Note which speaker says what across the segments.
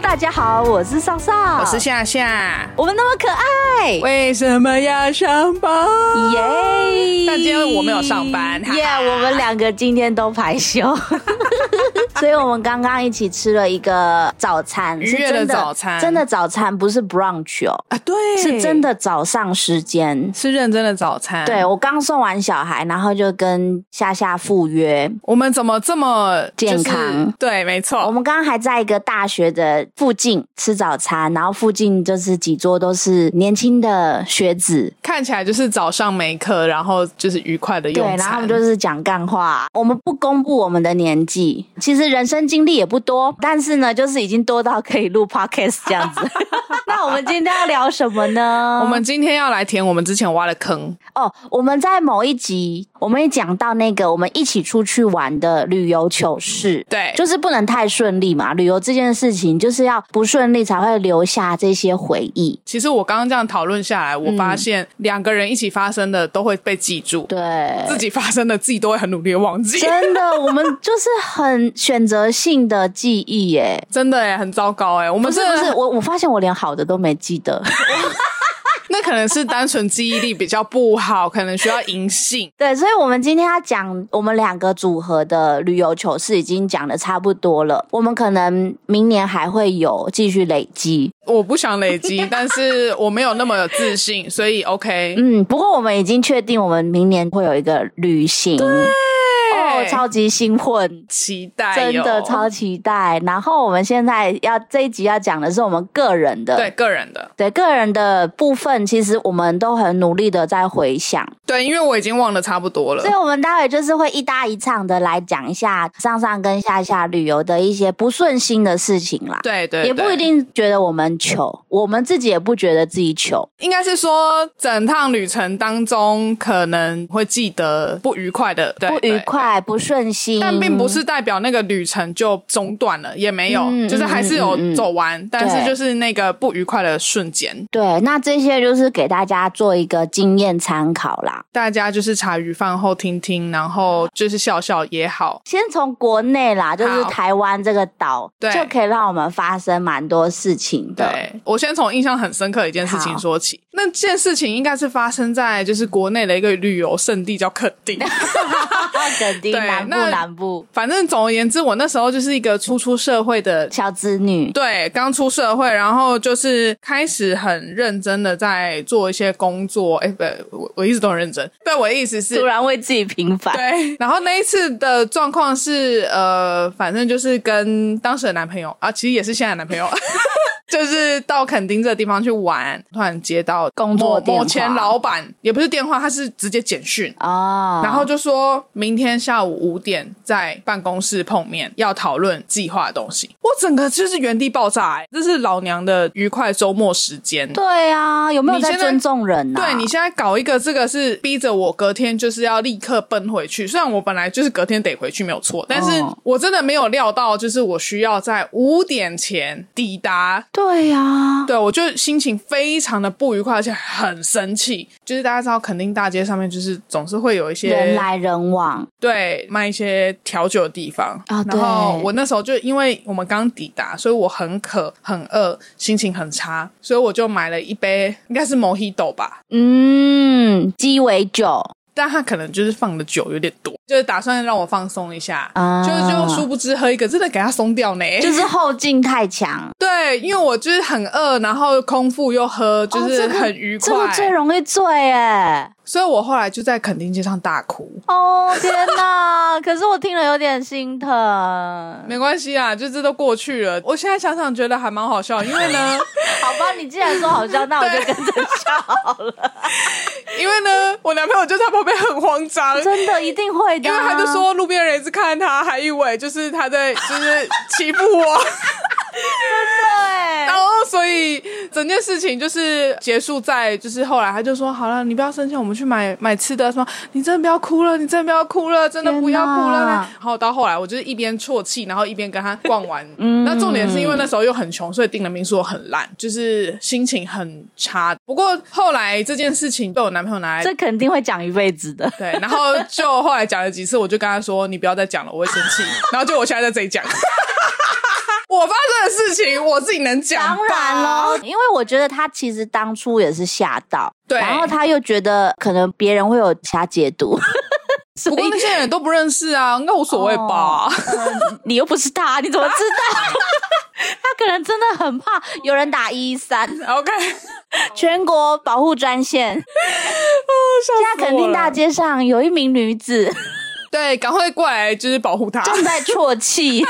Speaker 1: 大家好，我是少少，
Speaker 2: 我是夏夏。
Speaker 1: 我们那么可爱，
Speaker 2: 为什么要上班？
Speaker 1: 耶！
Speaker 2: 但今天我没有上班哈哈
Speaker 1: 耶我们两个今天都排 休，所以我们刚刚一起吃了一个早餐，
Speaker 2: 愉悦的
Speaker 1: 是真
Speaker 2: 早餐
Speaker 1: 真的早餐不是 brunch 哦，
Speaker 2: 啊，对，
Speaker 1: 是真，的早上时间。
Speaker 2: 是认真的早餐。
Speaker 1: 对，我刚送完小孩，然后就跟夏夏赴约。
Speaker 2: 我们怎么这么
Speaker 1: 健
Speaker 2: 就是
Speaker 1: 康？
Speaker 2: 对，没
Speaker 1: 我
Speaker 2: 错，
Speaker 1: 们刚刚还在一个大学的附近吃早餐，然后附近就是几桌都是年轻的学子，
Speaker 2: 看起来就是早上没课，然后就是愉快的用
Speaker 1: 对，
Speaker 2: 餐。
Speaker 1: 然后他们就是讲干话。我们不公布我们的年纪，其实人生经历也不多，但是呢，就是已经多到可以录 podcast 这 样子。那我们今天要聊什么呢？
Speaker 2: 我们今天要来填我们之前挖的坑，
Speaker 1: 哦，我们在某一集我们也讲到那个我们一起出去玩的旅游糗事。
Speaker 2: 对，
Speaker 1: 就是不能太顺利嘛，旅游这件事情就是要不顺利才会留下这些回忆。
Speaker 2: 其实我刚刚这样讨论下来，我
Speaker 1: 嗯
Speaker 2: 发现两个人一起发生的都会被记住，
Speaker 1: 对，
Speaker 2: 自己发生的自己都会很努力的忘记，
Speaker 1: 真的，我们就是很选择性的记忆耶。
Speaker 2: 真的哎，很糟糕哎。我
Speaker 1: 不
Speaker 2: 们
Speaker 1: 是
Speaker 2: 真
Speaker 1: 不
Speaker 2: 的
Speaker 1: 是，我我发现我连好的都没记 得。
Speaker 2: 那可能是单纯记忆力比较不好，可能需要银杏。
Speaker 1: 对，所以，我们今天要讲我们两个组合的旅游糗事已经讲的差不多了，我们可能明年还会有继续累积。
Speaker 2: 我不想累积，但是我没有那么有自信，所以 OK。
Speaker 1: 嗯，不过我们已经确定，我们明年会有一个旅行。哦，超级兴奋，
Speaker 2: 期待
Speaker 1: 真
Speaker 2: 哟，
Speaker 1: 的超期待。然后我们现在要这一集要讲的是我们个人的，
Speaker 2: 对个人的
Speaker 1: 对个人的部分，其实我们都很努力的在回想。
Speaker 2: 对，因为我已经忘得差不 多了
Speaker 1: 所以，。我们待会就是会一搭一唱的来讲一下上上跟下下旅游的一些不顺心的事情啦。
Speaker 2: 对对，
Speaker 1: 也不
Speaker 2: 对
Speaker 1: 一，定觉得我们糗，我们自己也不觉得自己糗。
Speaker 2: 应该是说整趟旅程当中可能会记得不愉快的，对
Speaker 1: 不愉。
Speaker 2: 对对
Speaker 1: 快、不顺心，
Speaker 2: 但并不是代表那个旅程就中断了，也没有，
Speaker 1: 嗯
Speaker 2: 就是还
Speaker 1: 嗯
Speaker 2: 是
Speaker 1: 嗯
Speaker 2: 有
Speaker 1: 嗯
Speaker 2: 走完，但是
Speaker 1: 对
Speaker 2: 就是那个不愉快的瞬间，
Speaker 1: 对。那这些就是给大家做一个经验参考啦。
Speaker 2: 大家就是茶余饭后听听，然后就是笑笑也好。
Speaker 1: 先从国内啦，就是
Speaker 2: 好
Speaker 1: 台湾这个岛，
Speaker 2: 对
Speaker 1: 就可以让我们发生蛮多事情的。
Speaker 2: 对我先从印象很深刻的一件事情
Speaker 1: 好
Speaker 2: 说起，那件事情应该是发生在就是国内的一个旅游胜地叫垦 丁。
Speaker 1: 肯定
Speaker 2: 对
Speaker 1: 南部
Speaker 2: 那
Speaker 1: 南部
Speaker 2: 反正总而言之，我那时候就是一个初出社会的，
Speaker 1: 小子女，
Speaker 2: 对，刚出社会，然后就是开始很认真的在做一些工作。哎，不，我我一直都很认真。对，我的意思是，
Speaker 1: 突然为自己平 反。
Speaker 2: 对，然后那一次的状况是，呃，反正就是跟当时的男朋友啊，其实也是现在的男朋友， 就是到垦丁这个地方去玩，突然接到
Speaker 1: 工作
Speaker 2: 某
Speaker 1: 电话
Speaker 2: 某前老板也不是电话，他是直接简讯。
Speaker 1: 哦，
Speaker 2: 然后就说明天下午五点在办公室碰面，要讨论计划的东西。我整个就是原地爆炸、欸，这是老娘的愉快周末时间。
Speaker 1: 对啊，有没有
Speaker 2: 你现
Speaker 1: 在
Speaker 2: 在
Speaker 1: 尊重人啊？
Speaker 2: 对你现在搞一个这个是逼着我隔天就是要立刻奔回去，虽然我本来就是隔天得回去没有错，但是
Speaker 1: 哦
Speaker 2: 我真的没有料到，就是我需要在五点前抵达。
Speaker 1: 对啊呀，
Speaker 2: 对，我就心情非常的不愉快，而且很生气。就是大家知道，垦丁大街上面就是总是会有一
Speaker 1: 人
Speaker 2: 些
Speaker 1: 来人往，
Speaker 2: 对卖一些调酒的地方。
Speaker 1: 啊
Speaker 2: 然后
Speaker 1: 对
Speaker 2: 我那时候就因为我们刚抵达，所以我很渴、很饿，心情很差，所以我就买了一杯，应该是 Mojito 吧，
Speaker 1: 嗯，鸡尾酒
Speaker 2: 但他可能就是放的酒有点多，就是打算让我放松一下，
Speaker 1: 啊，
Speaker 2: 就哎就殊不知喝一个真的给他松掉呢。
Speaker 1: 就是后劲太强，
Speaker 2: 对，因为我就是很饿，然后空腹又喝，就是
Speaker 1: 哦这个
Speaker 2: 很愉快，
Speaker 1: 这个最容易醉哎。
Speaker 2: 所以我后来就在垦丁街上大哭。
Speaker 1: 哦天 哪！可是我听了有点心疼。
Speaker 2: 没关系啊，就这都过去了。我现在想想觉得还蛮好笑，因为 呢，
Speaker 1: 好吧，你既然说好笑，那我就跟着笑好了。
Speaker 2: 因为呢，我男朋友就在旁边很慌张，
Speaker 1: 真的啊一定会的
Speaker 2: 因
Speaker 1: 啊、
Speaker 2: 为他就说路边人一直看他，还以为就是他在就是欺负我。然
Speaker 1: 对，
Speaker 2: 后，所以整件事情就是结束在，就是后来他就说：“好了，你不要生气，我们去买买吃的。”说：“你真的不要哭了，你真的不要哭了，真的不要哭了。”
Speaker 1: 天哪
Speaker 2: 然后到后来，我就是一边啜泣，然后一边跟他逛 完。
Speaker 1: 嗯
Speaker 2: 那重点是因为那时候又很穷，所以订的民宿很烂，就是心情很差。不过后来这件事情被我男朋友拿来。
Speaker 1: 这肯定会讲一辈子的。
Speaker 2: 对，然后就后 来讲了几次，我就跟他说：“你不要再讲了，我会生气。”然后就我现在在这里讲，我我发生的事情，我自己能讲吧。
Speaker 1: 当然喽，因为我觉得他其实当初也是吓到，
Speaker 2: 对
Speaker 1: 然后他又觉得可能别人会有其他解读，
Speaker 2: 不过那些人都不认识啊，应该无所谓吧？嗯
Speaker 1: 你又不是他，你怎么知道？ 他可能真的很怕
Speaker 2: 嗯
Speaker 1: 有人打一三
Speaker 2: OK，
Speaker 1: 全国保护专线，现
Speaker 2: 哦
Speaker 1: 在肯定大街上有一名女子
Speaker 2: 对，赶快过来就是保护他。
Speaker 1: 正在啜 泣。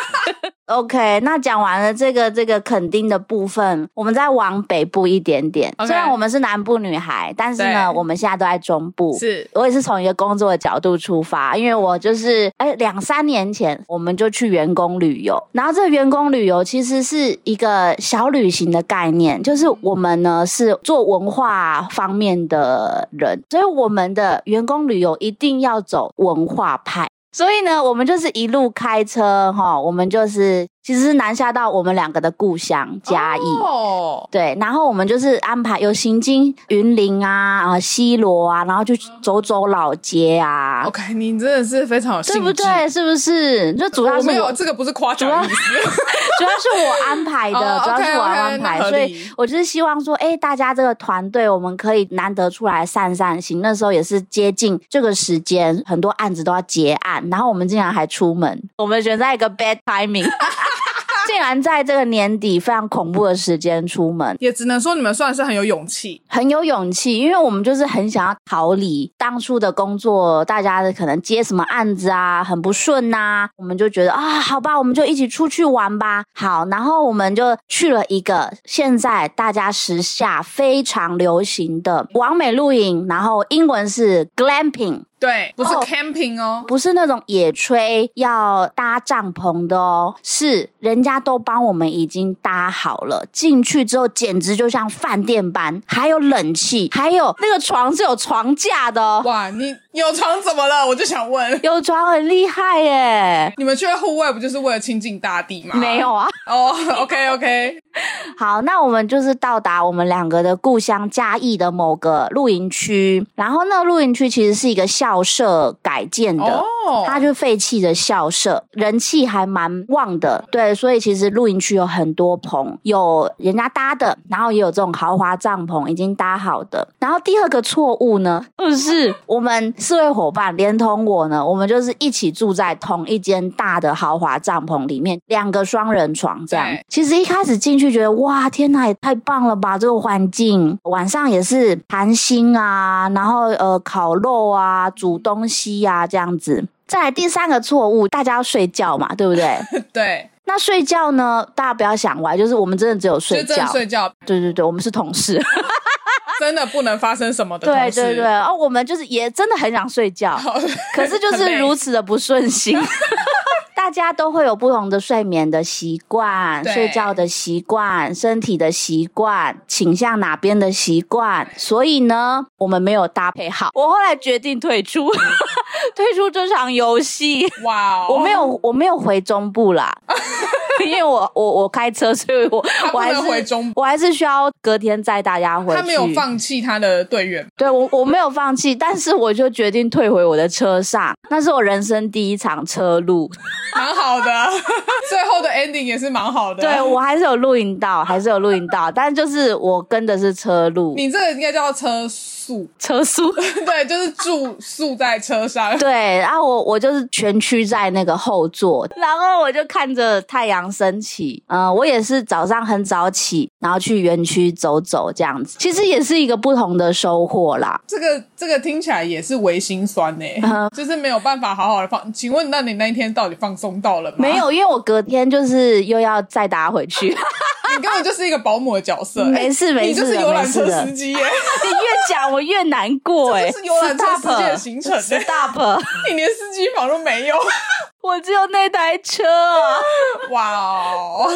Speaker 1: OK，那讲完了这个这个肯定的部分，我们再往北部一点点。
Speaker 2: OK
Speaker 1: 虽然我们是南部女孩，但是呢，
Speaker 2: 对
Speaker 1: 我们现在都在中部。
Speaker 2: 是
Speaker 1: 我也是从一个工作的角度出发，因为我就是哎两三年前我们就去员工旅游，然后这个员工旅游其实是一个小旅行的概念，就是我们呢是做文化方面的人，所以我们的员工旅游一定要走文化派。所以呢，我们就是一路开车哈，我们就是其实是南下到我们两个的故乡嘉义。
Speaker 2: 哦，
Speaker 1: 对，然后我们就是安排有行经云林啊、啊、西罗啊，然后就走走老街啊，
Speaker 2: OK，你真的是非常有兴
Speaker 1: 对
Speaker 2: 致，
Speaker 1: 不？对？是不是？就主要
Speaker 2: 啊我
Speaker 1: 是
Speaker 2: 没
Speaker 1: 我
Speaker 2: 有，这个不是夸
Speaker 1: 主要
Speaker 2: 奖的意思。
Speaker 1: 主要是我安排的，
Speaker 2: 哦
Speaker 1: 主要是我
Speaker 2: OK，OK，
Speaker 1: 安排，
Speaker 2: 那合
Speaker 1: 所
Speaker 2: 理
Speaker 1: 以我就是希望说，哎、大家这个团队，我们可以难得出来散散心。那时候也是接近这个时间，很多案子都要结案，然后我们竟然还出门，我们选在一个 bad timing。竟然在这个年底非常恐怖的时间出门，
Speaker 2: 也只能说你们算是很有勇气。
Speaker 1: 很有勇气，因为我们就是很想要逃离当初的工作，大家的可能接什么案子啊，很不顺呐、我们就觉得啊，好吧，我们就一起出去玩吧。好，然后我们就去了一个现在大家时下非常流行的完美露营，然后英文是 glamping。
Speaker 2: 对，不是
Speaker 1: 哦
Speaker 2: camping 哦，
Speaker 1: 不是那种野炊要搭帐篷的哦，是人家都帮我们已经搭好了。进去之后简直就像饭店般，还有冷气，还有那个床是有床架的哦，
Speaker 2: 哇，你有床怎么了？我就想问，
Speaker 1: 有床很厉害耶。
Speaker 2: 你们去户外不就是为了亲近大地吗？
Speaker 1: 没有啊，
Speaker 2: 哦、o k OK，
Speaker 1: 好，那我们就是到达我们两个的故乡嘉义的某个露营区，然后那个露营区其实是一个校舍改建的，
Speaker 2: 哦，
Speaker 1: 它就废弃的校舍，人气还蛮旺的，对，所以其实露营区有很多棚，有人家搭的，然后也有这种豪华帐篷已经搭好的。然后第二个错误呢，就是我们四位伙伴连同我呢，我们就是一起住在同一间大的豪华帐篷里面，两个双人床这样
Speaker 2: 对。
Speaker 1: 其实一开始进去觉得哇，天哪，也太棒了吧！这个环境，晚上也是谈心啊，然后呃烤肉啊，煮东西呀、啊、这样子。再来第三个错误，大家要睡觉嘛，对不 对？
Speaker 2: 对，
Speaker 1: 那睡觉呢，大家不要想歪，就是我们真的只有
Speaker 2: 就
Speaker 1: 睡
Speaker 2: 真
Speaker 1: 觉
Speaker 2: 的。睡觉，
Speaker 1: 对对对，我们是同事。
Speaker 2: 真的不能发生什么的
Speaker 1: 对
Speaker 2: 同时。
Speaker 1: 对对，哦，我们就是也真的很想睡觉， 可是就
Speaker 2: 很
Speaker 1: 是
Speaker 2: 累
Speaker 1: 如此的不顺心。 大家都会有不同的睡眠的习惯、
Speaker 2: 对
Speaker 1: 睡觉的习惯、身体的习惯、倾向哪边的习惯，所以呢，我们没有搭配好。我后来决定退出， 退出这场游戏。
Speaker 2: 哇哦，
Speaker 1: 我没有，我没有回中部 啦，因为我我我开车，所以我
Speaker 2: 他
Speaker 1: 我
Speaker 2: 不
Speaker 1: 还
Speaker 2: 能
Speaker 1: 是
Speaker 2: 回中
Speaker 1: 我还是需要隔天载大家回去。
Speaker 2: 他没有放弃他的队员，
Speaker 1: 对我我没有放弃，但是我就决定退回我的车上。那是我人生第一场车路，
Speaker 2: 蛮 好的。最后的 ending 也是蛮好的。
Speaker 1: 对我还是有录影到，还是有录影到，但就是我跟的是车路
Speaker 2: 你这个应该叫车宿，
Speaker 1: 车速。
Speaker 2: 对，就是住宿在车上。
Speaker 1: 对，然后我我就是蜷曲在那个后座，然后我就看着太阳升起。嗯、我也是早上很早起，然后去园区走走这样子，其实也是一个不同的收获啦。
Speaker 2: 这个这个听起来也是唯心酸呢、
Speaker 1: 嗯
Speaker 2: 就是没有办法好好的放。请问，那你那一天到底放松到了吗？
Speaker 1: 没，有，因为我隔天就是又要再搭回去。
Speaker 2: 你根本就是一个保姆的角色、欸。
Speaker 1: 没事没
Speaker 2: 你就
Speaker 1: 事
Speaker 2: 是
Speaker 1: 的
Speaker 2: 游
Speaker 1: 没
Speaker 2: 览
Speaker 1: 事
Speaker 2: 车
Speaker 1: 的
Speaker 2: 司机 耶、
Speaker 1: 你越讲我越难过哎、欸，
Speaker 2: 这就是游览车司机的行程欸
Speaker 1: Stop，
Speaker 2: 你连司机房都没有。
Speaker 1: 我只有那台车。
Speaker 2: 哇哦！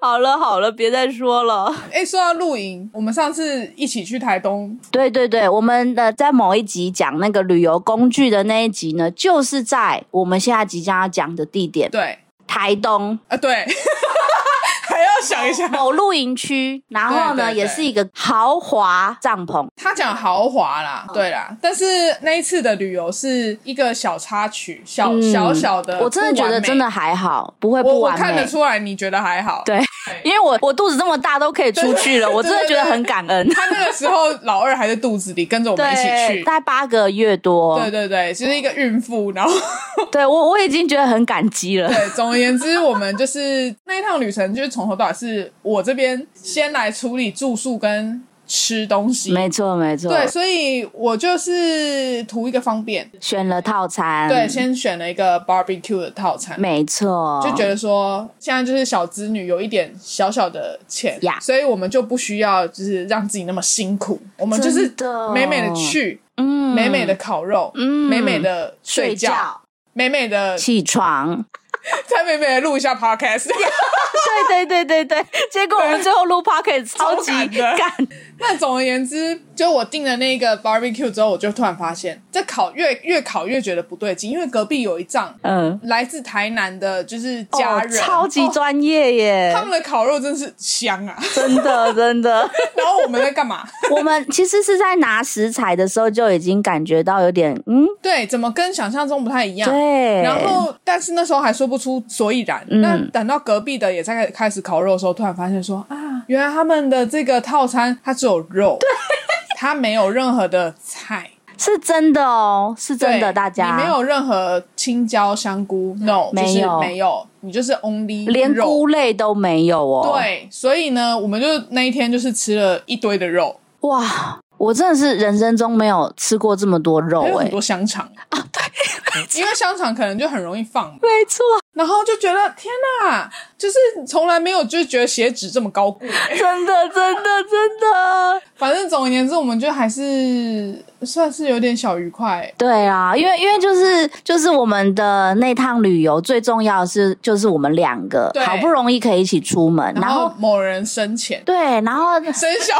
Speaker 1: 好了好了，别再说了。
Speaker 2: 哎、说到露营，我们上次一起去台东，
Speaker 1: 对对对，我们的在某一集讲那个旅游工具的那一集呢，就是在我们现在即将要讲的地点
Speaker 2: 呃对，
Speaker 1: 台东。
Speaker 2: 啊，对，还要想一下。
Speaker 1: 某露营 区，然后
Speaker 2: 对
Speaker 1: 呢，
Speaker 2: 对对哦
Speaker 1: 也是一个豪华帐篷，
Speaker 2: 他讲豪华啦，对啦，但是那一次的旅游是一个小插曲，小、
Speaker 1: 嗯
Speaker 2: 小小的，
Speaker 1: 我真的觉得真的，还好，不会
Speaker 2: 我
Speaker 1: 不
Speaker 2: 我
Speaker 1: 完
Speaker 2: 看得
Speaker 1: 美。
Speaker 2: 出来，你觉得还好。
Speaker 1: 对，因为我我肚子这么大都可以出去了，我真的觉得很感恩。
Speaker 2: 他那个时候老二还在肚子里，跟着我们一起去。
Speaker 1: 大概八个月多，
Speaker 2: 对对对，就是一个孕妇， 然后
Speaker 1: 对我我已经觉得很感激了。
Speaker 2: 对，总而言之，我们就是那一趟旅程，就是从头到尾是我这边先来处理住宿跟吃东西，
Speaker 1: 没错没错，
Speaker 2: 对，所以我就是图一个方便，
Speaker 1: 选了套餐，
Speaker 2: 对，先选了一个 barbecue 的套餐，
Speaker 1: 嗯没错，
Speaker 2: 就觉得说现在就是小资女有一点小小的钱
Speaker 1: 呀
Speaker 2: 所以我们就不需要就是让自己那么辛苦，我们就是
Speaker 1: 真的
Speaker 2: 美美的去，
Speaker 1: 嗯
Speaker 2: 美美的烤肉，
Speaker 1: 嗯
Speaker 2: 美美的
Speaker 1: 睡
Speaker 2: 觉，
Speaker 1: 觉、
Speaker 2: 美美的
Speaker 1: 起床，
Speaker 2: 再美美的录一下 podcast。
Speaker 1: 对对对对对，结果我们最后录 p o c k e t 超级
Speaker 2: 超
Speaker 1: 干，
Speaker 2: 那总而言之，就我订了那个 barbecue 之后，我就突然发现，这烤越越烤越觉得不对劲，因为隔壁有一仗
Speaker 1: 嗯，
Speaker 2: 来自台南的，就是家
Speaker 1: 哦
Speaker 2: 人，
Speaker 1: 超级
Speaker 2: 哦
Speaker 1: 专业耶
Speaker 2: 他，们的烤肉真是香啊！
Speaker 1: 真的真的。
Speaker 2: 然后我们在干嘛？
Speaker 1: 我们其实是在拿食材的时候就已经感觉到有点，嗯，
Speaker 2: 对，怎么跟想象中不太一样？
Speaker 1: 对，
Speaker 2: 然后，但是那时候还说不出所以然。
Speaker 1: 嗯
Speaker 2: 那等到隔壁的也在开始烤肉的时候，突然发现说啊，原来他们的这个套餐它只有肉，对，它没有任何的菜，
Speaker 1: 是真的哦，是真的，
Speaker 2: 对
Speaker 1: 大家
Speaker 2: 你没有任何青椒、香菇，no，就是
Speaker 1: 没有
Speaker 2: 没有，你就是 only
Speaker 1: 连
Speaker 2: 肉
Speaker 1: 菇类都没有哦，，
Speaker 2: 对，所以呢，我们就那一天就是吃了一堆的肉，
Speaker 1: 哇。我真的是人生中没有吃过这么多肉
Speaker 2: 还有
Speaker 1: 哎、
Speaker 2: 很多香肠啊，对，因为香肠可能就很容易放嘛，
Speaker 1: 没错，
Speaker 2: 然后就觉得天哪，就是从来没有就是觉得血脂这么高贵。
Speaker 1: 真 的，真的，真的，
Speaker 2: 反正总而言之，我们就还是算是有点小愉快。
Speaker 1: 对啊，因为因为就是就是我们的那趟旅游最重要的是就是我们两个
Speaker 2: 对
Speaker 1: 好不容易可以一起出门，然
Speaker 2: 然
Speaker 1: 后
Speaker 2: 后某人生前
Speaker 1: 对，然后
Speaker 2: 生小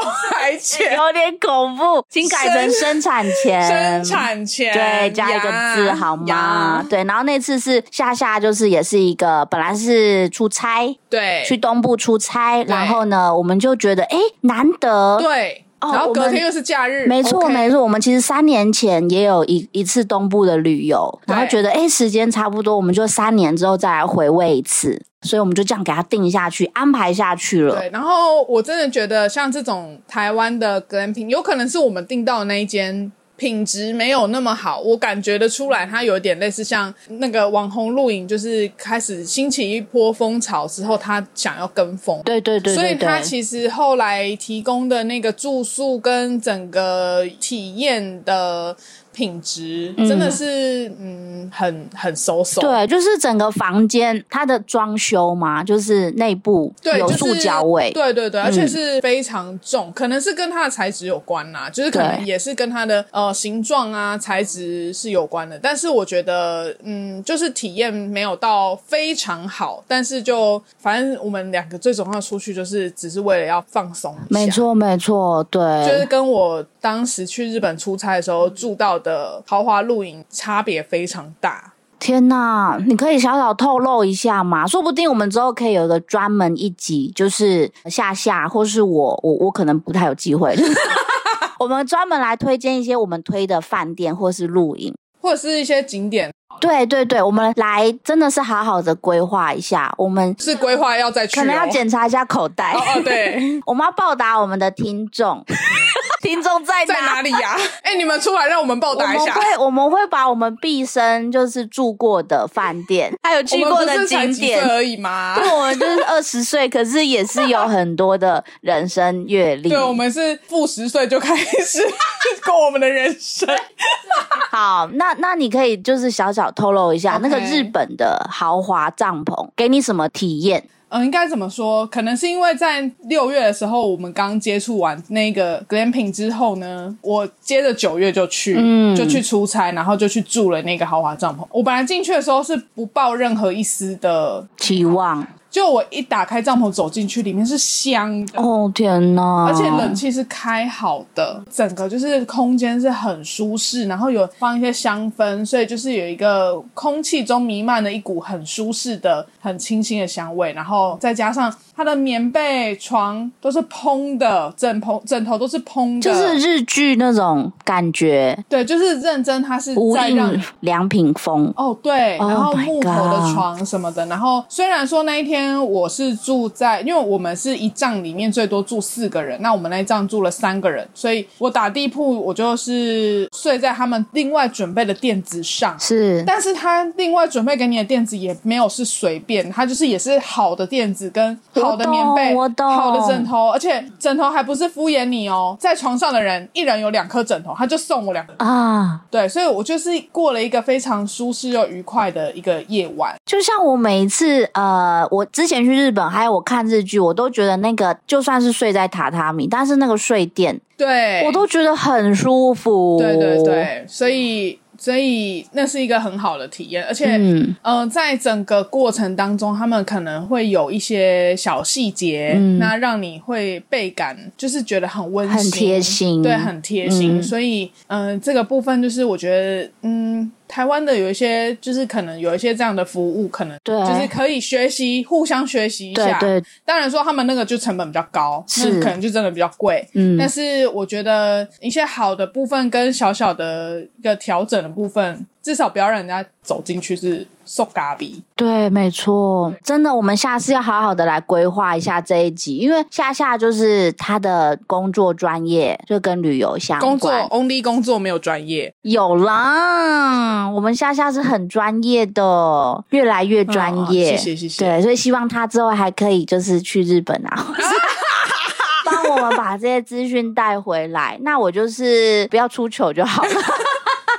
Speaker 2: 孩前
Speaker 1: 有点恐怖，请改成生产前
Speaker 2: 生。产前
Speaker 1: 嗯对，加一个字
Speaker 2: 呀
Speaker 1: 好吗
Speaker 2: 呀？
Speaker 1: 对，然后那次是夏夏，就是也是一个本来是出差
Speaker 2: 对
Speaker 1: 去东部出差，然后呢，我们就觉得哎，诶难得，
Speaker 2: 对，
Speaker 1: 哦
Speaker 2: 然后
Speaker 1: 我
Speaker 2: 隔
Speaker 1: 们
Speaker 2: 天又是假日，
Speaker 1: 没错，
Speaker 2: OK
Speaker 1: 没错。我们其实三年前也有一一次东部的旅游，
Speaker 2: 对
Speaker 1: 然后觉得哎，诶时间差不多，我们就三年之后再来回味一次，所以我们就这样给它定下去，安排下去了。
Speaker 2: 对，然后我真的觉得像这种台湾的 glamping，有可能是我们订到的那一间。品质没有那么好，我感觉得出来，它有点类似像那个网红露营，就是开始兴起一波风潮之后，他想要跟风，
Speaker 1: 对对对
Speaker 2: 所以
Speaker 1: 对
Speaker 2: 他
Speaker 1: 对，
Speaker 2: 其实后来提供的那个住宿跟整个体验的品质，真的是嗯很很收手，
Speaker 1: 对，啊就是整个房间它的装修嘛，就是内部
Speaker 2: 对，
Speaker 1: 有
Speaker 2: 就是
Speaker 1: 塑胶味，嗯
Speaker 2: 对对对，而且是非常重，可能是跟它的材质有关啦、就是可能
Speaker 1: 对
Speaker 2: 也是跟它的呃形状啊、材质是有关的。但是我觉得，嗯，就是体验没有到非常好，但是就反正我们两个最重要出去就是只是为了要放松一下，
Speaker 1: 没，错没错，对，
Speaker 2: 就是跟我当时去日本出差的时候住到的豪华露营差别非常大。
Speaker 1: 天呐，你可以小小透露一下吗？说不定我们之后可以有一个专门一集，就是夏夏或是我，我我可能不太有机会。 我们专门来推荐一些我们推的饭店或是露营。
Speaker 2: 或者是一些景点
Speaker 1: 对对对，我们来真的是好好的规划一下，我们
Speaker 2: 是规划要再去、哦，
Speaker 1: 可能要检查一下口袋，
Speaker 2: 哦哦对，
Speaker 1: 我们要报答我们的听众， 听众在
Speaker 2: 在
Speaker 1: 哪？
Speaker 2: 哪里 呀、哎、你们出来让我们报
Speaker 1: 我
Speaker 2: 答
Speaker 1: 们
Speaker 2: 一下。
Speaker 1: 会我们会把我们毕生就是住过的饭店，还有去
Speaker 2: 我
Speaker 1: 过
Speaker 2: 们不
Speaker 1: 的
Speaker 2: 是才
Speaker 1: 景
Speaker 2: 几岁
Speaker 1: 点，
Speaker 2: 而已 嘛。
Speaker 1: 因为我们就是二十岁，可是也是有很多的人生阅历。
Speaker 2: 对，我们是负十岁就开始 过我们的人 生。
Speaker 1: 好，那那你可以就是小小透露一下
Speaker 2: OK
Speaker 1: 那个日本的豪华帐篷给你什么体验？
Speaker 2: 嗯，应该怎么说？可能是因为在六月的时候，我们刚接触完那个 glamping 之后呢，我接着九月就去，
Speaker 1: 嗯
Speaker 2: 就去出差，然后就去住了那个豪华帐篷。我本来进去的时候是不抱任何一丝的
Speaker 1: 期望
Speaker 2: 就我一打开帐篷走进去，里面是香的。
Speaker 1: 哦天哪！
Speaker 2: 而且冷气是开
Speaker 1: 哦
Speaker 2: 好的，整个就是空间是很舒适，然后有放一些香氛，所以就是有一个空气中弥漫了一股很舒适的、很清新的香味，然后再加上它的棉被、床都是蓬的，枕头枕头都是蓬的，
Speaker 1: 就是日剧那种感觉，
Speaker 2: 对，就是认真，它是
Speaker 1: 无
Speaker 2: 在让
Speaker 1: 印
Speaker 2: 你。
Speaker 1: 良品风。
Speaker 2: 哦，对，
Speaker 1: Oh
Speaker 2: 然后
Speaker 1: my
Speaker 2: 木头的
Speaker 1: God
Speaker 2: 床什么的，然后虽然说那一天我是住在，因为我们是一帐里面最多住四个人，那我们那一帐住了三个人，所以我打地铺，我就是睡在他们另外准备的垫子上。
Speaker 1: 是，
Speaker 2: 但是他另外准备给你的垫子也没有是随便，他就是也是好的垫子跟好的棉被
Speaker 1: 我懂我懂、
Speaker 2: 好的枕头，而且枕头还不是敷衍你哦，在床上的人一人有两颗枕头，他就送我两个。
Speaker 1: 啊，
Speaker 2: 对，所以我就是过了一个非常舒适又愉快的一个夜晚。
Speaker 1: 就像我每一次，呃，我之前去日本，还有我看日剧，我都觉得那个就算是睡在榻榻米，但是那个睡垫，
Speaker 2: 对，
Speaker 1: 我都觉得很舒服。
Speaker 2: 对对，对，所以所以那是一个很好的体验，而且。嗯
Speaker 1: 嗯，
Speaker 2: 在整个过程当中，他们可能会有一些小细节，
Speaker 1: 嗯
Speaker 2: 那让你会倍感，就是觉得很温馨、
Speaker 1: 很贴心
Speaker 2: 对，很贴心。
Speaker 1: 嗯
Speaker 2: 所以，嗯、这个部分就是我觉得，嗯，台湾的有一些，就是可能有一些这样的服务，可能
Speaker 1: 对
Speaker 2: 就是可以学习，互相学习一
Speaker 1: 对
Speaker 2: 下。
Speaker 1: 对，
Speaker 2: 当然说他们那个就成本比较高，那
Speaker 1: 是
Speaker 2: 可能就真的比较贵。
Speaker 1: 嗯
Speaker 2: 但是我觉得一些好的部分跟小小的一个调整的部分，至少不要让人家走进去是受嘎比。
Speaker 1: 对，没错，真的，我们下次要好好的来规划一下这一集，因为夏夏就是他的工作专业就跟旅游相关，
Speaker 2: 工作 only 工作没有专业，
Speaker 1: 有啦，我们夏夏是很专业的，越来越专业。
Speaker 2: 嗯哦谢谢谢谢。
Speaker 1: 对，所以希望他之后还可以就是去日本 啊，或是帮我们把这些资讯带回来。那我就是不要出糗就 好了，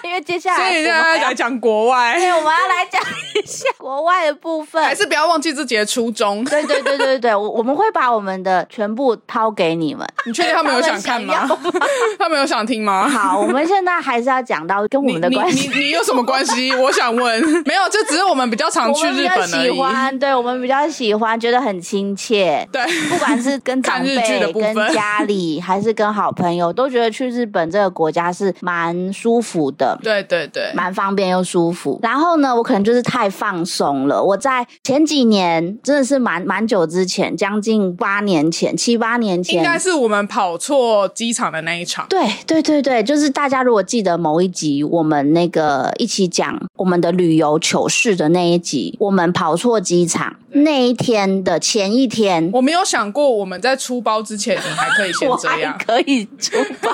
Speaker 1: 因为接下
Speaker 2: 所
Speaker 1: 来我
Speaker 2: 以现
Speaker 1: 们
Speaker 2: 在来讲国外，
Speaker 1: 我们要来讲一 下国外的部分。
Speaker 2: 还是不要忘记自己的初 衷。
Speaker 1: 对对对对对，我我们会把我们的全部掏给你 们。
Speaker 2: 你确定他们有想看吗
Speaker 1: 他们？
Speaker 2: 他们有想听吗？
Speaker 1: 好，我们现在还是要讲到跟我
Speaker 2: 你
Speaker 1: 们的
Speaker 2: 你
Speaker 1: 关系。
Speaker 2: 你你有什么关系？我 想问，没有，就只是我们比较常
Speaker 1: 我
Speaker 2: 去
Speaker 1: 们比
Speaker 2: 日
Speaker 1: 较
Speaker 2: 本而
Speaker 1: 喜
Speaker 2: 已。
Speaker 1: 欢，对我们比较喜欢，觉得很亲切。
Speaker 2: 对，
Speaker 1: 不管是跟长
Speaker 2: 看日剧的
Speaker 1: 辈、
Speaker 2: 部分
Speaker 1: 跟家里，还是跟好朋友，都觉得去日本这个国家是蛮舒服的。
Speaker 2: 对对对，
Speaker 1: 蛮方便又舒服。然后呢，我可能就是太放松了。我在前几年，真的是蛮蛮久之前，将近八年前、七八年前，
Speaker 2: 应该是我们跑错机场的那一场。
Speaker 1: 对对对对，就是大家如果记得某一集，我们那个一起讲我们的旅游糗事的那一集，我们跑错机场那一天的前一天，
Speaker 2: 我没有想过我们在出包之前，你还可以 先
Speaker 1: 我
Speaker 2: 这
Speaker 1: 还
Speaker 2: 样。
Speaker 1: 可以出 发。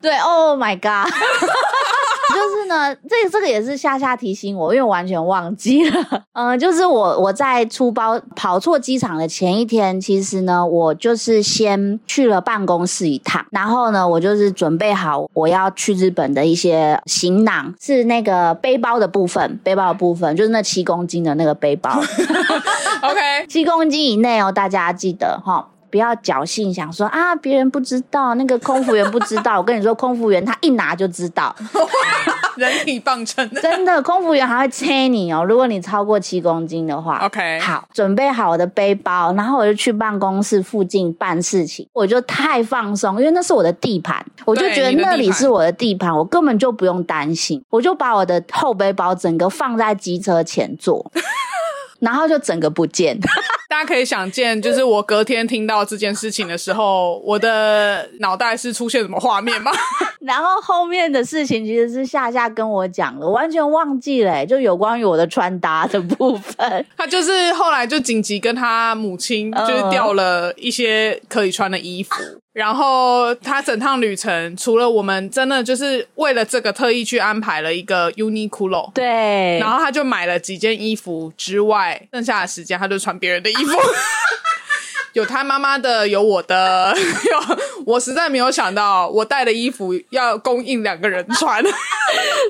Speaker 1: 对，Oh my god！就是呢，这这个也是夏夏提醒我，因为我完全忘记了。嗯，就是我我在出包跑错机场的前一天，其实呢，我就是先去了办公室一趟，然后呢，我就是准备好我要去日本的一些行囊，是那个背包的部分，背包的部分就是那七公斤的那个背包。
Speaker 2: OK，
Speaker 1: 七公斤以内哦，大家记得哈、不要侥幸想说啊，别人不知道，那个空服员不知道。我 跟你说，空服员他一拿就知道，
Speaker 2: 人体棒 秤。
Speaker 1: 真的，空服员还会催你哦。如果你超过七公斤的话
Speaker 2: OK，
Speaker 1: 好，准备好我的背包，然后我就去办公室附近办事情，我就太放松，因为那是我的地盘，我就觉得
Speaker 2: 你的地
Speaker 1: 那
Speaker 2: 盘
Speaker 1: 里是我的地盘，我根本就不用担心，我就把我的后背包整个放在机车前 座，然后就整个不见。
Speaker 2: 大家可以想见，就是我隔天听到这件事情的时候，我的脑袋是出现什么画面 吗？
Speaker 1: 然后后面的事情其实是夏夏跟我讲的，我完全忘记了、欸就有关于我的穿搭的部分。
Speaker 2: 他就是后来就紧急跟他母亲
Speaker 1: 嗯
Speaker 2: 就是掉了一些可以穿的衣服，然后他整趟旅程除了我们真的就是为了这个特意去安排了一个 Uniqlo，
Speaker 1: 对
Speaker 2: 然后他就买了几件衣服之外，剩下的时间他就穿别人的 衣服，有他妈妈的，有我的， 有我实在没有想到，我带的衣服要供应两个人 穿，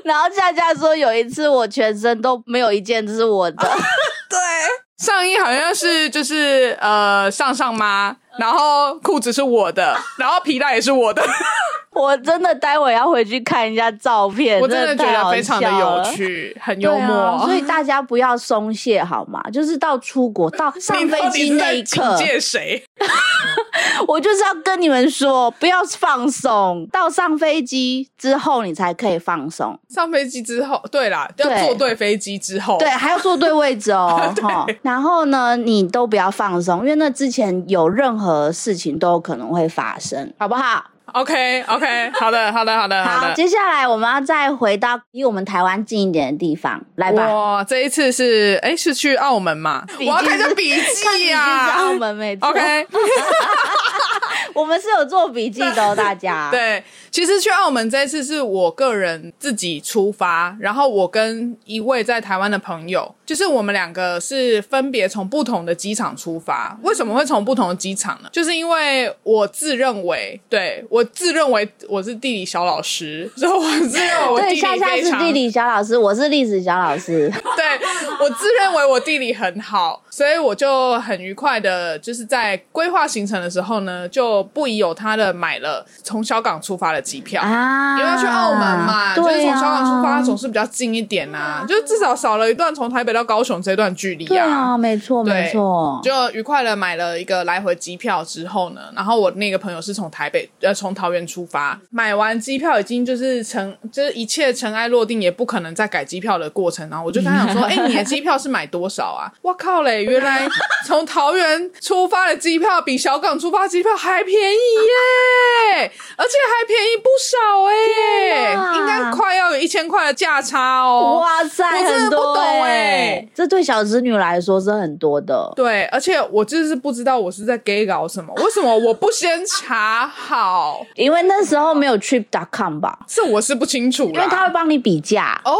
Speaker 1: 然后夏夏说有一次我全身都没有一件 是我的，
Speaker 2: 对。上衣好像是就是呃上上妈，然后裤子是我的，然后皮带也是我的，
Speaker 1: 我真的待会要回去看一下照片，
Speaker 2: 我真的觉
Speaker 1: 太
Speaker 2: 得
Speaker 1: 好
Speaker 2: 非常的
Speaker 1: 笑
Speaker 2: 有
Speaker 1: 了。
Speaker 2: 趣，很
Speaker 1: 对
Speaker 2: 幽默。
Speaker 1: 啊，所以大家不要松懈好吗？就是到出国到上
Speaker 2: 你
Speaker 1: 飞
Speaker 2: 到底
Speaker 1: 机
Speaker 2: 是
Speaker 1: 那
Speaker 2: 在
Speaker 1: 一
Speaker 2: 警
Speaker 1: 刻，
Speaker 2: 戒谁？
Speaker 1: 我就是要跟你们说，不要放松。到上飞机之后，你才可以放松。
Speaker 2: 上飞机之后，对啦，
Speaker 1: 对
Speaker 2: 要坐对飞机之后，
Speaker 1: 对，还要坐对位置 哦，哈。然后呢，你都不要放松，因为那之前有任何事情都有可能会发生，好不好？
Speaker 2: ，OK OK，好的，好的，好的，
Speaker 1: 好，
Speaker 2: 的。
Speaker 1: 接下来我们要再回到离我们台湾近一点的地方，来吧。
Speaker 2: 我这一次是，哎，是去澳门嘛？我
Speaker 1: 笔记
Speaker 2: 要看 一下
Speaker 1: 是
Speaker 2: 笔
Speaker 1: 看笔
Speaker 2: 记
Speaker 1: 记是
Speaker 2: 哎呀。
Speaker 1: 澳门没错
Speaker 2: OK，
Speaker 1: 我们是有做笔记的、哦，大 家。
Speaker 2: 对，其实去澳门这一次是我个人自己出发，然后我跟一位在台湾的朋友，就是我们两个是分别从不同的机场出发。为什么会从不同的机场呢？就是因为我自认为，对我自认为我是地理小老师，所以我自认为我地
Speaker 1: 对，
Speaker 2: 理
Speaker 1: 夏夏
Speaker 2: 非
Speaker 1: 是
Speaker 2: 常
Speaker 1: 地理小老师，我是历史小老师。
Speaker 2: 对我自认为我地理很好，所以我就很愉快的，就是在规划行程的时候呢，就不疑有他的买了从小港出发的机票
Speaker 1: 啊，
Speaker 2: 因为要去澳门嘛，就是
Speaker 1: 对
Speaker 2: 从
Speaker 1: 啊
Speaker 2: 香港出发总是比较近一点呐、就是至少少了一段从台北到高雄这段距离
Speaker 1: 对啊，没错
Speaker 2: 对
Speaker 1: 没错，
Speaker 2: 就愉快的买了一个来回机票之后呢，然后我那个朋友是从台北呃从桃园出发，买完机票已经就是尘就是一切尘埃落定，也不可能再改机票的过程。然后我就跟他讲说，哎、你的机票是买多少啊？我靠嘞，原来 从桃园出发的机票比小港出发机票还便宜耶，而且还便宜不少
Speaker 1: 天
Speaker 2: 哎，
Speaker 1: 哪
Speaker 2: 应该快要有一千块的价差哦。
Speaker 1: 哇塞，
Speaker 2: 我真的
Speaker 1: 很
Speaker 2: 不
Speaker 1: 多
Speaker 2: 懂
Speaker 1: 欸
Speaker 2: 欸
Speaker 1: 这对小子女来说是很多的。
Speaker 2: 对，而且我就是不知道我是在 gay 搞什么，为什么我不先查好？
Speaker 1: 因为那时候没有 trip.com 吧，
Speaker 2: 这我是不清楚
Speaker 1: 因为他
Speaker 2: 啦。
Speaker 1: 会帮你比价。
Speaker 2: 哦，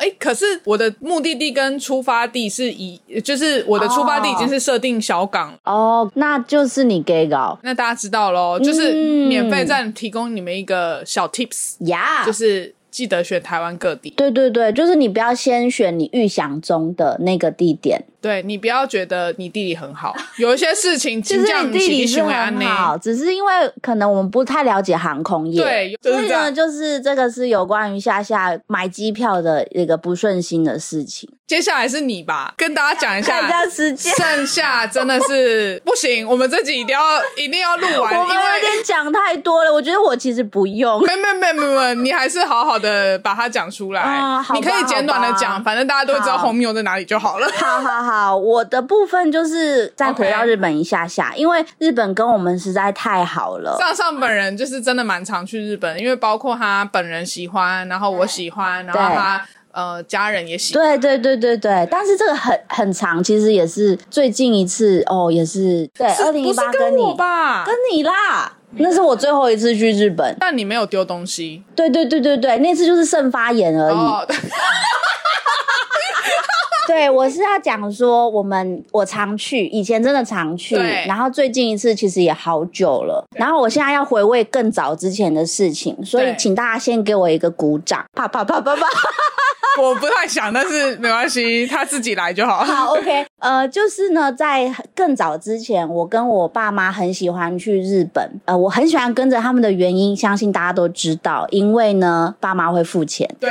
Speaker 2: 哎，可是我的目的地跟出发地是一，就是我的出发地已经是设定小港了。
Speaker 1: 哦，那就是你 gay 搞
Speaker 2: 那大家知道喽，就是
Speaker 1: 嗯啊
Speaker 2: 免费站提供你们一个小 tips，、
Speaker 1: 呀
Speaker 2: 就。是记得选台湾各地。
Speaker 1: 对对对，就是你不要先选你预想中的那个地点，
Speaker 2: 对你不要觉得你地理很好，有一些事情
Speaker 1: 就
Speaker 2: 请
Speaker 1: 是
Speaker 2: 讲
Speaker 1: 你地理是很好，只是因为可能我们不太了解航空业，
Speaker 2: 对，就
Speaker 1: 所
Speaker 2: 是
Speaker 1: 以
Speaker 2: 这样
Speaker 1: 呢，。就是这个是有关于夏夏买机票的一个不顺心的事情。
Speaker 2: 接下来是你吧，跟大家讲一
Speaker 1: 看一下时间，
Speaker 2: 剩下真的是不行，我们这集一定要一定要录完，
Speaker 1: 我们
Speaker 2: 因
Speaker 1: 有
Speaker 2: 为
Speaker 1: 点讲太多了，我觉得我其实不用。
Speaker 2: 没没没没没，你还是好好的把它讲出来。
Speaker 1: 嗯好吧
Speaker 2: 你可以简短的
Speaker 1: 好
Speaker 2: 讲，
Speaker 1: 吧
Speaker 2: 反正大家都会知道
Speaker 1: 好
Speaker 2: 红牛在哪里就好了。
Speaker 1: 好好好，我的部分就是再回到
Speaker 2: OK
Speaker 1: 日本一下下因为日本跟我们实在太好了。
Speaker 2: 上上本人就是真的蛮常去日本，因为包括他本人喜欢，然后我喜欢，然后他呃家人也喜欢。
Speaker 1: 对对对对对，但是这个很很长，其实也是最近一次哦，也是对，
Speaker 2: 是
Speaker 1: 二零一
Speaker 2: 不
Speaker 1: 八
Speaker 2: 是
Speaker 1: 跟
Speaker 2: 跟
Speaker 1: 你
Speaker 2: 我吧？
Speaker 1: 跟你啦，那是我最后一次去日本。
Speaker 2: 但你没有丢东西
Speaker 1: 对对对对对，那次就是肾发炎而已。
Speaker 2: 哦，
Speaker 1: 对，我是要讲说，我们我常去，以前真的常去
Speaker 2: 对，
Speaker 1: 然后最近一次其实也好久了，然后我现在要回味更早之前的事情，所以
Speaker 2: 对
Speaker 1: 请大家先给我一个鼓掌，啪啪啪啪啪。
Speaker 2: 我不太想，但是没关系，他自己来就好。
Speaker 1: 好，OK，呃，就是呢，在更早之前，我跟我爸妈很喜欢去日本，呃，我很喜欢跟着他们的原因，相信大家都知道，因为呢，爸妈会付钱。
Speaker 2: 对，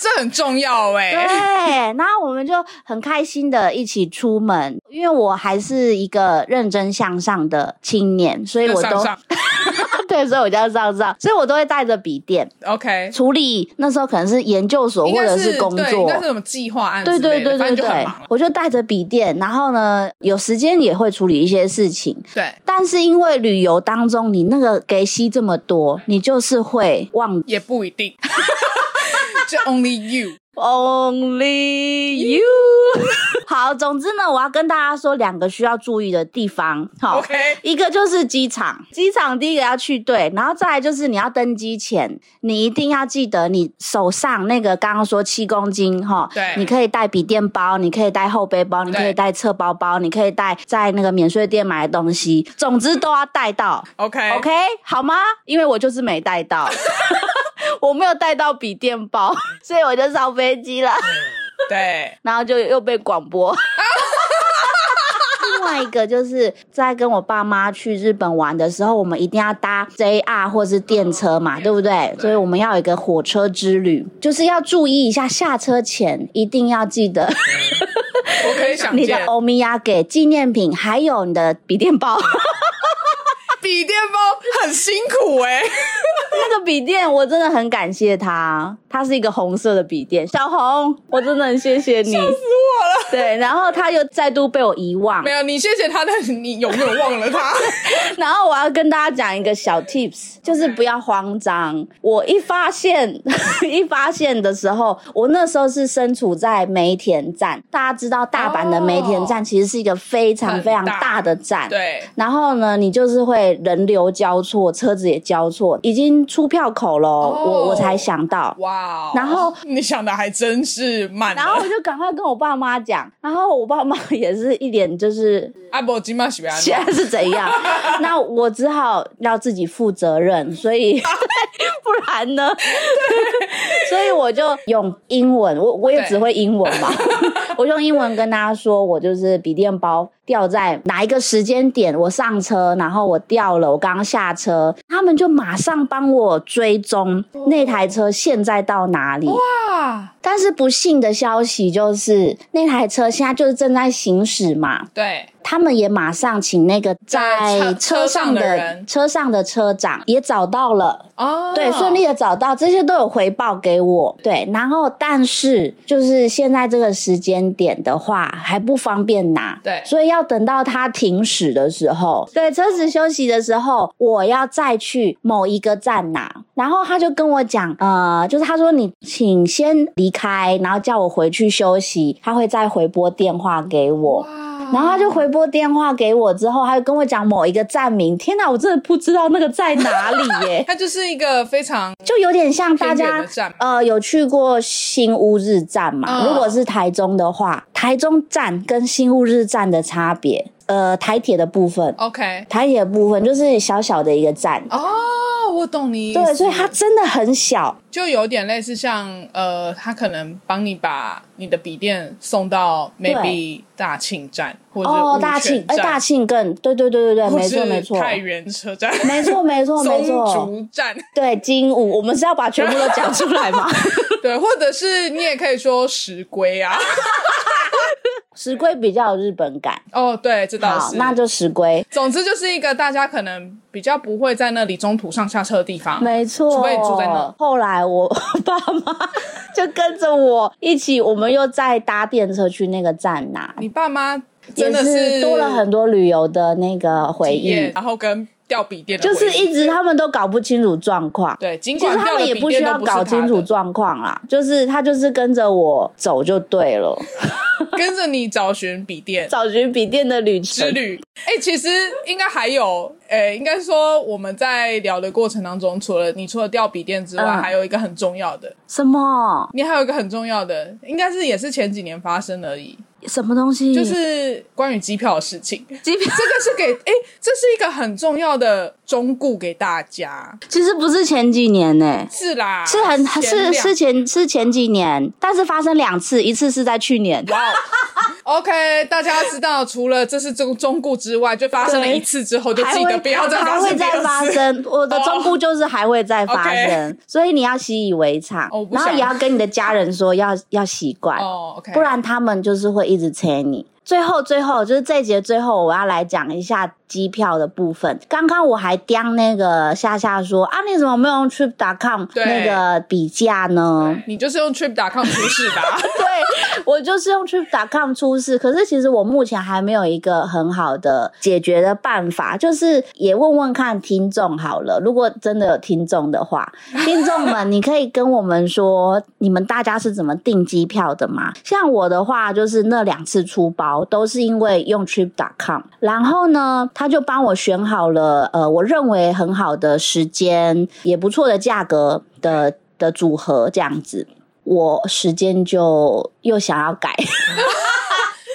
Speaker 2: 这很重要哎、
Speaker 1: 对，然后我们就很开心的一起出门，因为我还是一个认真向上的青年，所以我
Speaker 2: 上
Speaker 1: 都
Speaker 2: 上
Speaker 1: 对，所以我叫上上，所以我都会带着笔电
Speaker 2: OK，
Speaker 1: 处理那时候可能是研究所
Speaker 2: 应
Speaker 1: 或
Speaker 2: 该
Speaker 1: 者
Speaker 2: 是
Speaker 1: 工
Speaker 2: 对应该
Speaker 1: 作
Speaker 2: 是。什么计划案之
Speaker 1: 对
Speaker 2: 类的，
Speaker 1: 对对
Speaker 2: 反
Speaker 1: 对
Speaker 2: 正就很
Speaker 1: 对
Speaker 2: 忙了，
Speaker 1: 我就带着笔电，然后呢，有时间也会处理一些事情。
Speaker 2: 对，
Speaker 1: 但是因为旅游当中你那个给息这么多，你就是会忘
Speaker 2: 也不一定， 就 Only You。
Speaker 1: Only you 。 好，总之呢，我要跟大家说两个需要注意的地方。好
Speaker 2: OK，
Speaker 1: 一个就是机场，机场第一个要去对，然后再来就是你要登机前，你一定要记得你手上那个刚刚说七公斤哈，
Speaker 2: 对
Speaker 1: 你可以带笔电包，你可以带后背包，你可以带侧包包，你可以带在那个免税店买的东西，总之都要带到。
Speaker 2: OK
Speaker 1: OK，好吗？因为我就是没带到，我没有带到笔电包， 所以我就上飞机了，
Speaker 2: 对，
Speaker 1: 然后就又被广播。另外一个就是在跟我爸妈去日本玩的时候，我们一定要搭 JR 或是电车嘛，对不对？所以我们要有一个火车之旅，就是要注意一下下车前一定要记得
Speaker 2: 我可以想
Speaker 1: 你的
Speaker 2: 见，
Speaker 1: 欧米亚给纪念品，还有你的笔电包。
Speaker 2: 笔电包很辛苦 哎、
Speaker 1: 那个笔电我真的很感谢他，它是一个红色的笔电，小红，我真的很谢谢你，笑死我了。对，然后他又再度被我遗忘
Speaker 2: 没。有，你谢谢他，但是你永远忘了他。
Speaker 1: 然后我要跟大家讲一个小 tips，就是不要慌张。我一发现， 一发现的时候，我那时候是身处在梅田站，大家知道大阪的梅田站其实是一个非常
Speaker 2: 很
Speaker 1: 非常
Speaker 2: 大
Speaker 1: 大的站，
Speaker 2: 对，
Speaker 1: 然后呢，你就是会人流交错，车子也交错，已经出票口了，我我才想到。
Speaker 2: 哇、哦
Speaker 1: 然后
Speaker 2: 你想的还真是慢啊的。
Speaker 1: 然后我就赶快跟我爸妈讲，然后我爸妈 也是一脸就是
Speaker 2: 阿伯金马喜欢
Speaker 1: 现在是怎样，那我只好要自己负责任，所以不然呢？ 所以我就用英文，我我也
Speaker 2: 对
Speaker 1: 只会英文嘛，我用英文跟大家说，我就是笔电包掉在哪一个时间点，我上车，然后我掉了，我刚刚下车，他们就马上帮我追踪那台车现在到哪里。
Speaker 2: 啊，
Speaker 1: 但是不幸的消息就是，那台车现在就是正在行驶嘛，
Speaker 2: 对，
Speaker 1: 他们也马上请那个在
Speaker 2: 在车
Speaker 1: 车上
Speaker 2: 车上的
Speaker 1: 的
Speaker 2: 人
Speaker 1: 车上的车长也找到了，
Speaker 2: 哦，
Speaker 1: 对，顺利的找到，这些都有回报给我。对，然后但是就是现在这个时间点的话，还不方便拿，
Speaker 2: 对
Speaker 1: 所以要等到它停驶的时候，对，车子休息的时候，我要再去某一个站拿。然后他就跟我讲，呃，就是他说你请先离开，然后叫我回去休息，他会再回拨电话给我。
Speaker 2: 哦哇，！
Speaker 1: 然后他就回拨电话给我之后，他就跟我讲某一个站名。天哪，我真的不知道那个在哪里耶
Speaker 2: 它就是一个非常
Speaker 1: 就有点像大
Speaker 2: 偏远
Speaker 1: 家
Speaker 2: 的站
Speaker 1: 呃有去过新乌日站嘛？
Speaker 2: 嗯
Speaker 1: 如果是台中的话，台中站跟新乌日站的差别，呃，台铁的部分，
Speaker 2: OK。
Speaker 1: 台铁的部分就是小小的一个站。
Speaker 2: 哦，我懂你意思。
Speaker 1: 对，所以它真的很小，
Speaker 2: 就有点类似像呃，他可能帮你把你的笔电送到 maybe 大庆站或者
Speaker 1: 哦，
Speaker 2: 是
Speaker 1: 大
Speaker 2: 温泉
Speaker 1: 庆，哎，
Speaker 2: 站
Speaker 1: 大庆更对对对对对，
Speaker 2: 或
Speaker 1: 没错
Speaker 2: 是
Speaker 1: 没错，
Speaker 2: 太原车站、
Speaker 1: 没错没错没
Speaker 2: 松
Speaker 1: 错，
Speaker 2: 竹站，
Speaker 1: 对金武，我们是要把全部都讲出来 嘛？
Speaker 2: 对，或者是你也可以说石龟 啊。
Speaker 1: 石龟比较有日本感，
Speaker 2: 哦，对，这倒
Speaker 1: 好
Speaker 2: 是。，
Speaker 1: 那就石龟，
Speaker 2: 总之就是一个大家可能比较不会在那里中途上下车的地 方。
Speaker 1: 没错，
Speaker 2: 除非你住在那
Speaker 1: 后来我 爸妈就跟着我一起，我们又再搭电车去那个站拿，
Speaker 2: 你爸妈真的
Speaker 1: 也是多了很多旅游的那个回
Speaker 2: 体验
Speaker 1: 忆，
Speaker 2: 然后跟掉笔电的回
Speaker 1: 就
Speaker 2: 忆，
Speaker 1: 是一直他们都搞不清楚状况。
Speaker 2: 对，尽
Speaker 1: 其
Speaker 2: 管
Speaker 1: 实他
Speaker 2: 掉的
Speaker 1: 们也
Speaker 2: 笔
Speaker 1: 不需
Speaker 2: 电都
Speaker 1: 要
Speaker 2: 是
Speaker 1: 搞清
Speaker 2: 他
Speaker 1: 楚
Speaker 2: 的
Speaker 1: 状况啦，就是他就是跟着我走就对了。
Speaker 2: 跟着你找寻笔电
Speaker 1: 找寻笔电的旅程
Speaker 2: 之，旅。哎、其实应该还有，哎、应该说我们在聊的过程当中，除了你除了掉笔电之外，
Speaker 1: 嗯
Speaker 2: 还有一个很重要的，
Speaker 1: 什么
Speaker 2: 你还有一个很重要的，应该是也是前几年发生而已，
Speaker 1: 什么东西？
Speaker 2: 就是关于机票的事情。
Speaker 1: 机票，
Speaker 2: 这个是给哎、这是一个很重要的忠告给大家，
Speaker 1: 其实不是前几年呢、
Speaker 2: 是啦，
Speaker 1: 是很是
Speaker 2: 前两
Speaker 1: 是前是前几年，但是发生两次，一次是在去 年，
Speaker 2: 哇哦！OK，大家知道，除了这是中中顾之外，就发生了一次之后，就
Speaker 1: 还
Speaker 2: 记
Speaker 1: 会
Speaker 2: 得不要再发
Speaker 1: 还会
Speaker 2: 生第
Speaker 1: 再发
Speaker 2: 二次。哦
Speaker 1: 生。我的中部就是还会再发生，所以你要习以为常
Speaker 2: 哦我，不
Speaker 1: 然后
Speaker 2: 想
Speaker 1: 也要跟你的家人说要要习惯，
Speaker 2: 哦，OK，
Speaker 1: 不然他们就是会一直催你。最后，最后就是这一节最后，我要来讲一下机票的部分。刚刚我还刁那个夏夏说啊，你怎么没有用 Trip.com
Speaker 2: 对
Speaker 1: 那个比价呢？
Speaker 2: 你就是用 Trip.com 出事的啊、
Speaker 1: 对我就是用 Trip.com 出事，可是其实我目前还没有一个很好的解决的办法，就是也问问看听众好了。如果真的有听众的话，听众们，你可以跟我们说你们大家是怎么订机票的吗？像我的话，就是那两次出包都是因为用 Trip.com，然后呢，他就帮我选好了，呃，我认为很好的时间，也不错的价格的的组合这样子。我时间就又想要 改，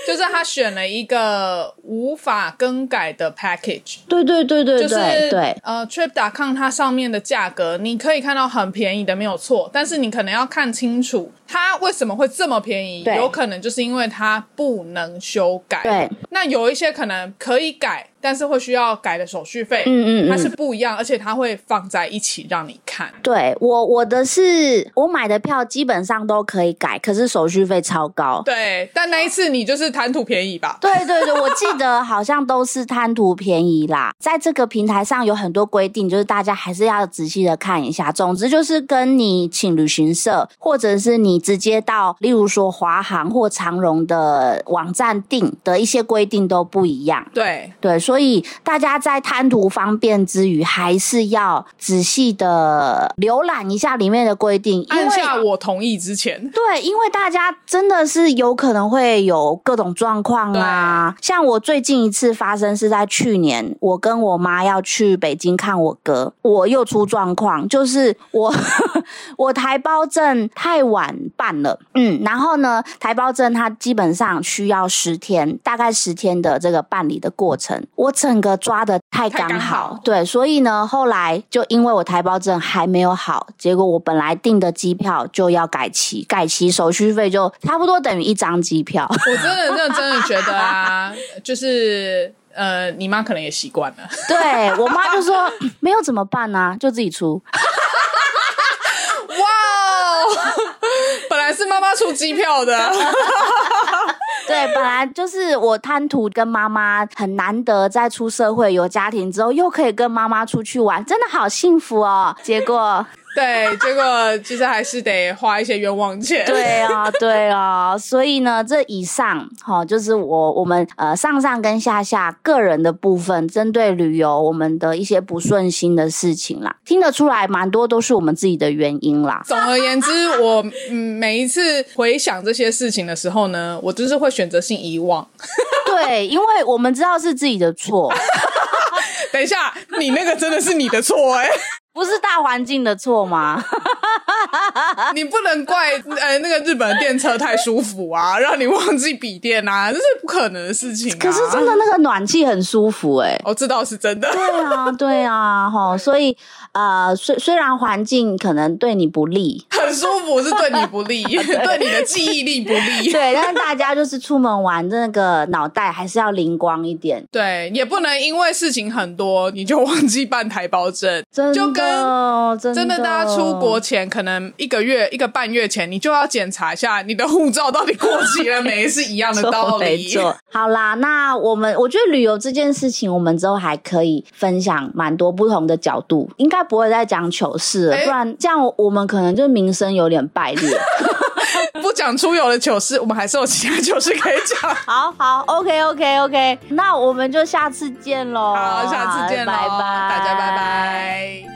Speaker 2: 就是他选了一个无法更改的 package，
Speaker 1: 对对对对对
Speaker 2: 就是
Speaker 1: 对，
Speaker 2: 呃 Trip.com 它上面的价格，你可以看到很便宜的没有错，但是你可能要看清楚它为什么会这么便宜？
Speaker 1: 对
Speaker 2: 有可能就是因为它不能修改。
Speaker 1: 对，
Speaker 2: 那有一些可能可以改，但是会需要改的手续费，
Speaker 1: 嗯嗯嗯
Speaker 2: 它是不一样，而且它会放在一起让你看。
Speaker 1: 对我我的是我买的票基本上都可以改，可是手续费超高。
Speaker 2: 对，但那一次你就是贪图便宜吧？
Speaker 1: 对对对，我记得好像都是贪图便宜啦。在这个平台上有很多规定，就是大家还是要仔细的看一下。总之就是跟你请旅行社，或者是你直接到，例如说华航或长荣的网站订的一些规定都不一样。
Speaker 2: 对，
Speaker 1: 对，所以大家在贪图方便之余，还是要仔细的浏览一下里面的规定，因为
Speaker 2: 按下我同意之前，
Speaker 1: 对，因为大家真的是有可能会有各种状况啊。像我最近一次发生是在去年，我跟我妈要去北京看我哥，我又出状况，就是我 我台胞证太晚办了，嗯，然后呢，台胞证它基本上需要十天，大概十天的这个办理的过程，我整个抓的太
Speaker 2: 太
Speaker 1: 刚
Speaker 2: 刚
Speaker 1: 好，
Speaker 2: 好
Speaker 1: 对，所以呢，后来就因为我台胞证还没有好，结果我本来订的机票就要改期，改期手续费就差不多等于一张机票。
Speaker 2: 我真的认真的觉得啊，就是呃，你妈可能也习惯了。
Speaker 1: 对我妈就说嗯没有怎么办呢、就自己出。
Speaker 2: 哇哦， 本来是妈妈出机票的，
Speaker 1: 对，本来就是我贪图跟妈妈很难得在出社会有家庭之后，又可以跟妈妈出去玩，真的好幸福哦。结果，
Speaker 2: 对，结果其实还是得花一些冤枉 钱。
Speaker 1: 对啊、对啊、所以呢，这以上哈、哦，就是我我们呃上上跟下下个人的部分，针对旅游我们的一些不顺心的事情啦，听得出来蛮多都是我们自己的原因啦。
Speaker 2: 总而言之，我嗯每一次回想这些事情的时候呢，我就是会选择性遗忘。
Speaker 1: 对，因为我们知道是自己的错，
Speaker 2: 等一下，你那个真的是你的错哎、
Speaker 1: 不是大环境的错吗？
Speaker 2: 你不能怪呃那个日本的电车太舒服啊， 让你忘记笔电啊，这是不可能的事情、啊。
Speaker 1: 可是真的那个暖气很舒服哎、
Speaker 2: 我知道是真的。
Speaker 1: 对啊，对啊，哈，所以呃，虽虽然环境可能对你不 利，
Speaker 2: 很舒服是对你不 利，对你的记忆力不利。
Speaker 1: 对，但是大家就是出门玩，那个脑袋还是要灵光一点。
Speaker 2: 对，也不能因为事情很多你就忘记办台胞证。
Speaker 1: 真的，
Speaker 2: 就
Speaker 1: 跟
Speaker 2: 真
Speaker 1: 真
Speaker 2: 的，大家出国前可能一个月、一个半月前，你就要检查一下你的护照到底过期了没，是一样的 道
Speaker 1: 没
Speaker 2: 理。
Speaker 1: 错。好啦，那我们我觉得旅游这件事情，我们之后还可以分享蛮多不同的角度，应该不会再讲糗事了，
Speaker 2: 哎
Speaker 1: 不然这样我们可能就名声有点败 劣。
Speaker 2: 不讲出游的糗事，我们还是有其他糗事可以讲。
Speaker 1: 好好，OK OK OK，那我们就下次见喽。
Speaker 2: 好，下次见喽，
Speaker 1: 拜拜，
Speaker 2: 大家拜。拜。